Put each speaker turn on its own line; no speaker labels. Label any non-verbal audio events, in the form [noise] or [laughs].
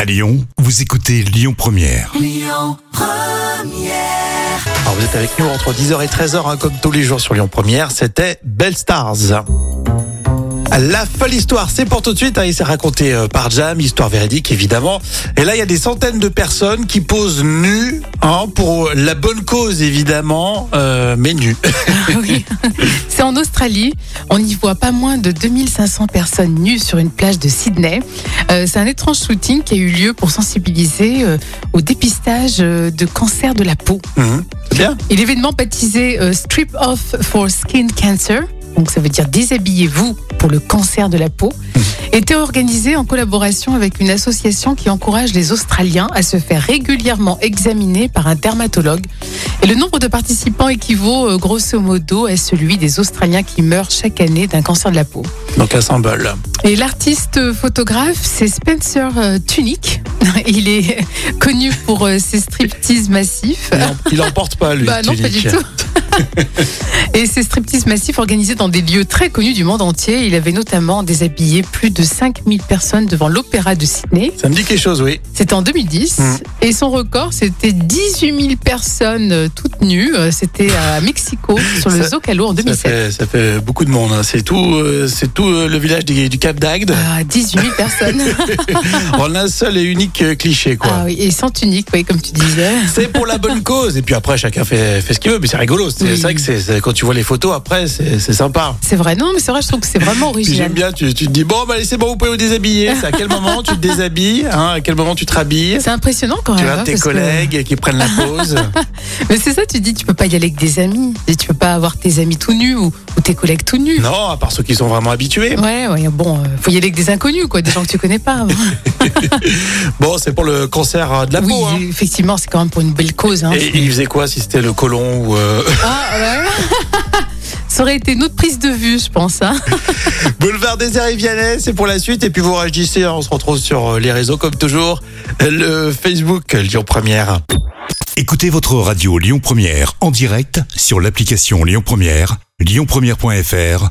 À Lyon, vous écoutez Lyon Première.
Alors vous êtes avec nous entre 10h et 13h, hein, comme tous les jours sur Lyon Première. C'était Belle Stars. La folle histoire, c'est pour tout de suite. Hein, il s'est raconté euh, par Jam, histoire véridique évidemment. Et là, il y a des centaines de personnes qui posent nues hein, pour la bonne cause évidemment, euh, mais nues. [laughs]
Oui. C'est en Australie. On y voit pas moins de 2500 personnes nues sur une plage de Sydney. Euh, c'est un étrange shooting qui a eu lieu pour sensibiliser euh, au dépistage euh, de cancer de la peau.
Mhm. C'est Bien.
Et l'événement baptisé euh, Strip Off for Skin Cancer, donc ça veut dire déshabillez-vous pour le cancer de la peau, était organisé en collaboration avec une association qui encourage les Australiens à se faire régulièrement examiner par un dermatologue. Et le nombre de participants équivaut euh, grosso modo à celui des Australiens qui meurent chaque année d'un cancer de la peau.
Donc un symbole.
Et l'artiste euh, photographe, c'est Spencer euh, Tunick. [laughs] Il est [laughs] connu pour euh, ses striptease massifs.
Il en- Il n'emporte pas lui.
Bah non, pas du
Tunic.
tout. [laughs] Et ces striptease massifs organisés dans des lieux très connus du monde entier, il avait notamment déshabillé plus de 5000 personnes devant l'Opéra de Sydney.
Ça me dit quelque chose, oui.
C'était en 2010.
Mm.
Et son record, c'était 18 000 personnes euh, toutes nues. Euh, C'était à Mexico, sur le
Ça-
Zocalo en
Ça
2007.
fait, ça fait beaucoup de monde. hein. C'est tout, euh, c'est tout euh, le village du, du Cap d'Agde.
Ah, 18 000 personnes.
On a un seul et unique euh, cliché, [laughs] quoi.
Ah oui, et sans tunique, oui, comme tu disais.
C'est pour la bonne cause. Et puis après, chacun fait, fait ce qu'il veut. Mais c'est rigolo. C'est
Oui.
c'est vrai que c'est- c'est- quand tu vois les photos après, c'est c'est sympa.
C'est vrai, non, mais c'est vrai, je trouve que c'est vraiment
Puis
original.
j'aime bien, tu, tu te dis, bon, bah, allez, c'est bon, vous pouvez vous déshabiller. C'est à quel moment tu te déshabilles hein, À quel moment tu te rhabilles
C'est impressionnant quand
Tu
même.
regardes
hein,
tes
parce que-
collègues qui prennent la
[laughs]
pause.
Mais c'est ça, tu dis, tu peux pas y aller avec des amis. Et tu peux pas avoir tes amis tout nus ou, ou tes collègues tout nus.
non, à part ceux qui sont vraiment habitués.
Ouais, ouais, bon, euh, faut y aller avec des inconnus, quoi, des gens que tu
[laughs]
connais pas.
Ah Bon, c'est pour le cancer euh, de la
oui,
peau. hein.
effectivement, c'est quand même pour une belle cause. Hein.
Et il faisait quoi si c'était le colon ou. euh, [laughs]
Ah, ouais. Ça aurait été une autre prise de vue, je pense. Hein.
Boulevard Désert et Vianney, c'est pour la suite. Et puis vous réagissez, hein, on se retrouve sur euh, les réseaux comme toujours. Le Facebook, Lyon Première.
Écoutez votre radio Lyon Première en direct sur l'application Lyon Première, lyonpremière.fr